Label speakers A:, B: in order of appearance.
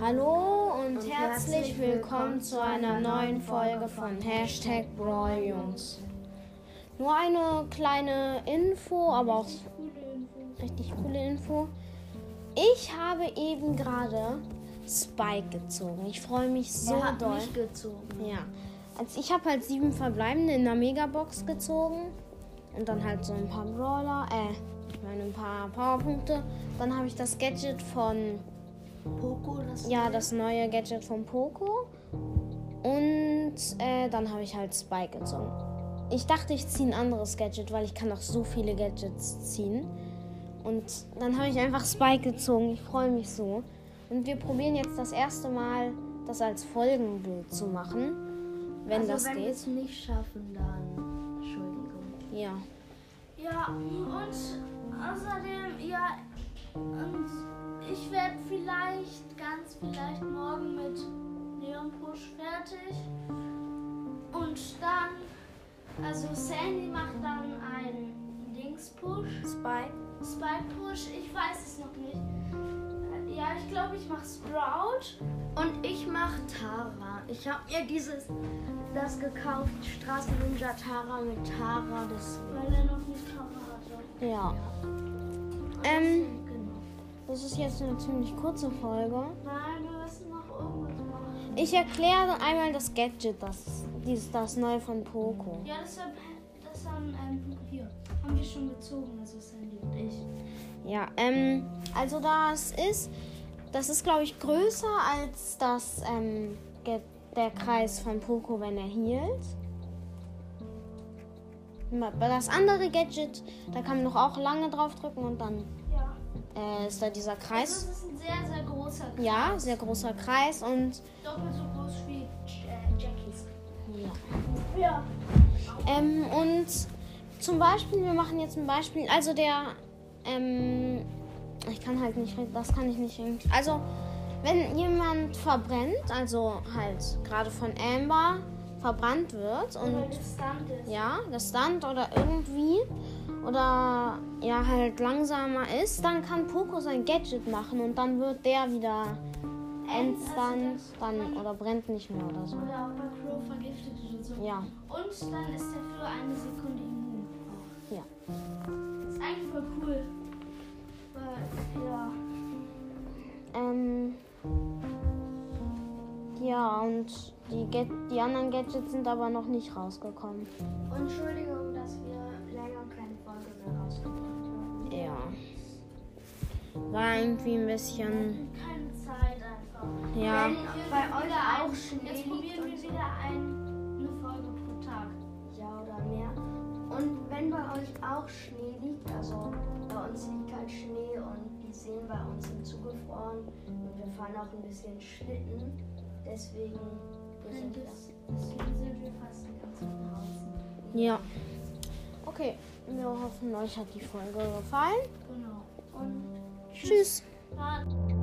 A: Hallo und herzlich willkommen zu einer neuen Folge von Hashtag Brawl Jungs. Nur eine kleine Info, aber auch richtig coole Info. Ich habe eben gerade Spike gezogen. Ich freue mich so
B: er hat
A: doll.
B: mich gezogen.
A: Ja. Also ich habe halt sieben verbleibende in der Megabox gezogen und dann halt so ein paar Brawler, äh, ich meine ein paar Powerpunkte. Dann habe ich das Gadget von
B: Poco, das
A: ja, das neue Gadget von Poco. Und äh, dann habe ich halt Spike gezogen. Ich dachte, ich ziehe ein anderes Gadget, weil ich kann noch so viele Gadgets ziehen. Und dann habe ich einfach Spike gezogen. Ich freue mich so. Und wir probieren jetzt das erste Mal, das als Folgenbild zu machen. Wenn
B: also,
A: das
B: wenn wir
A: geht.
B: es nicht schaffen, dann Entschuldigung.
A: Ja.
C: Ja, und außerdem, ja, und ich werde vielleicht, ganz vielleicht morgen mit Neon Push fertig. Und dann, also Sandy macht dann einen Dings-Push,
A: Spike.
C: Spike-Push, ich weiß es noch nicht. Äh, Ja, ich glaube, ich mache Sprout.
B: Und ich mach Tara. Ich habe mir dieses, das gekauft, Straßen Ninja Tara mit Tara. Deswegen.
C: Weil er noch nicht Kamera
A: Ja.
C: hat.
A: Ähm,
B: Genau.
A: das ist jetzt eine ziemlich kurze Folge.
C: Nein, wir müssen noch irgendwas machen.
A: Ich erkläre einmal das Gadget, das, dieses, das neue von Poco.
C: Ja, das haben, das haben ähm, hier, haben wir schon gezogen, also Sandy und ich.
A: Ja, ähm, also das ist, das ist glaube ich größer als das, ähm, ge- der Kreis von Poco, wenn er hielt. Ma- Bei das andere Gadget, da kann man doch auch lange drauf drücken und dann
C: Ja.
A: äh, ist da dieser
C: Das
A: Kreis.
C: ist ein sehr, sehr großer Kreis.
A: Ja, sehr großer Kreis und
C: Doppelt so groß wie äh, Jackies.
A: ja.
C: Ja.
A: Ähm, und zum Beispiel, wir machen jetzt ein Beispiel, also der, ähm, ich kann halt nicht, reden, das kann ich nicht irgendwie. Also, wenn jemand verbrennt, also halt gerade von Amber verbrannt wird
C: Weil
A: und
C: das Stand ist.
A: ja, gestunt oder irgendwie oder ja, halt langsamer ist, dann kann Poco sein Gadget machen und dann wird der wieder entstunt dann oder brennt nicht mehr oder so.
C: also Oder auch bei Crow vergiftet oder so.
A: Ja,
C: Und dann ist er für eine Sekunde immun.
A: ja.
C: Ist eigentlich voll cool. Weil, ja.
A: Ähm, ja, und die, Get die anderen Gadgets sind aber noch nicht rausgekommen.
B: Entschuldigung, dass wir länger keine Folge mehr rausgebracht haben.
A: Ja. War irgendwie ein bisschen.
C: Keine Zeit einfach.
A: Ja.
C: Wenn wir
B: Bei
C: wieder ein-
B: euch auch Schnee
C: Jetzt
B: liegt
C: probieren wir
B: und so.
C: wieder ein, eine Folge pro Tag.
B: Ja oder mehr. Und wenn bei euch auch Schnee liegt, also bei uns liegt halt Schnee und die Seen bei uns sind zugefroren und wir fahren auch ein bisschen Schlitten, deswegen wir
C: Ein
B: sind wir
C: bisschen deswegen sind wir fast die ganze Zeit draußen.
A: Ja. Okay, wir hoffen, euch hat die Folge gefallen.
C: Genau. Und
A: Tschüss.
C: dann.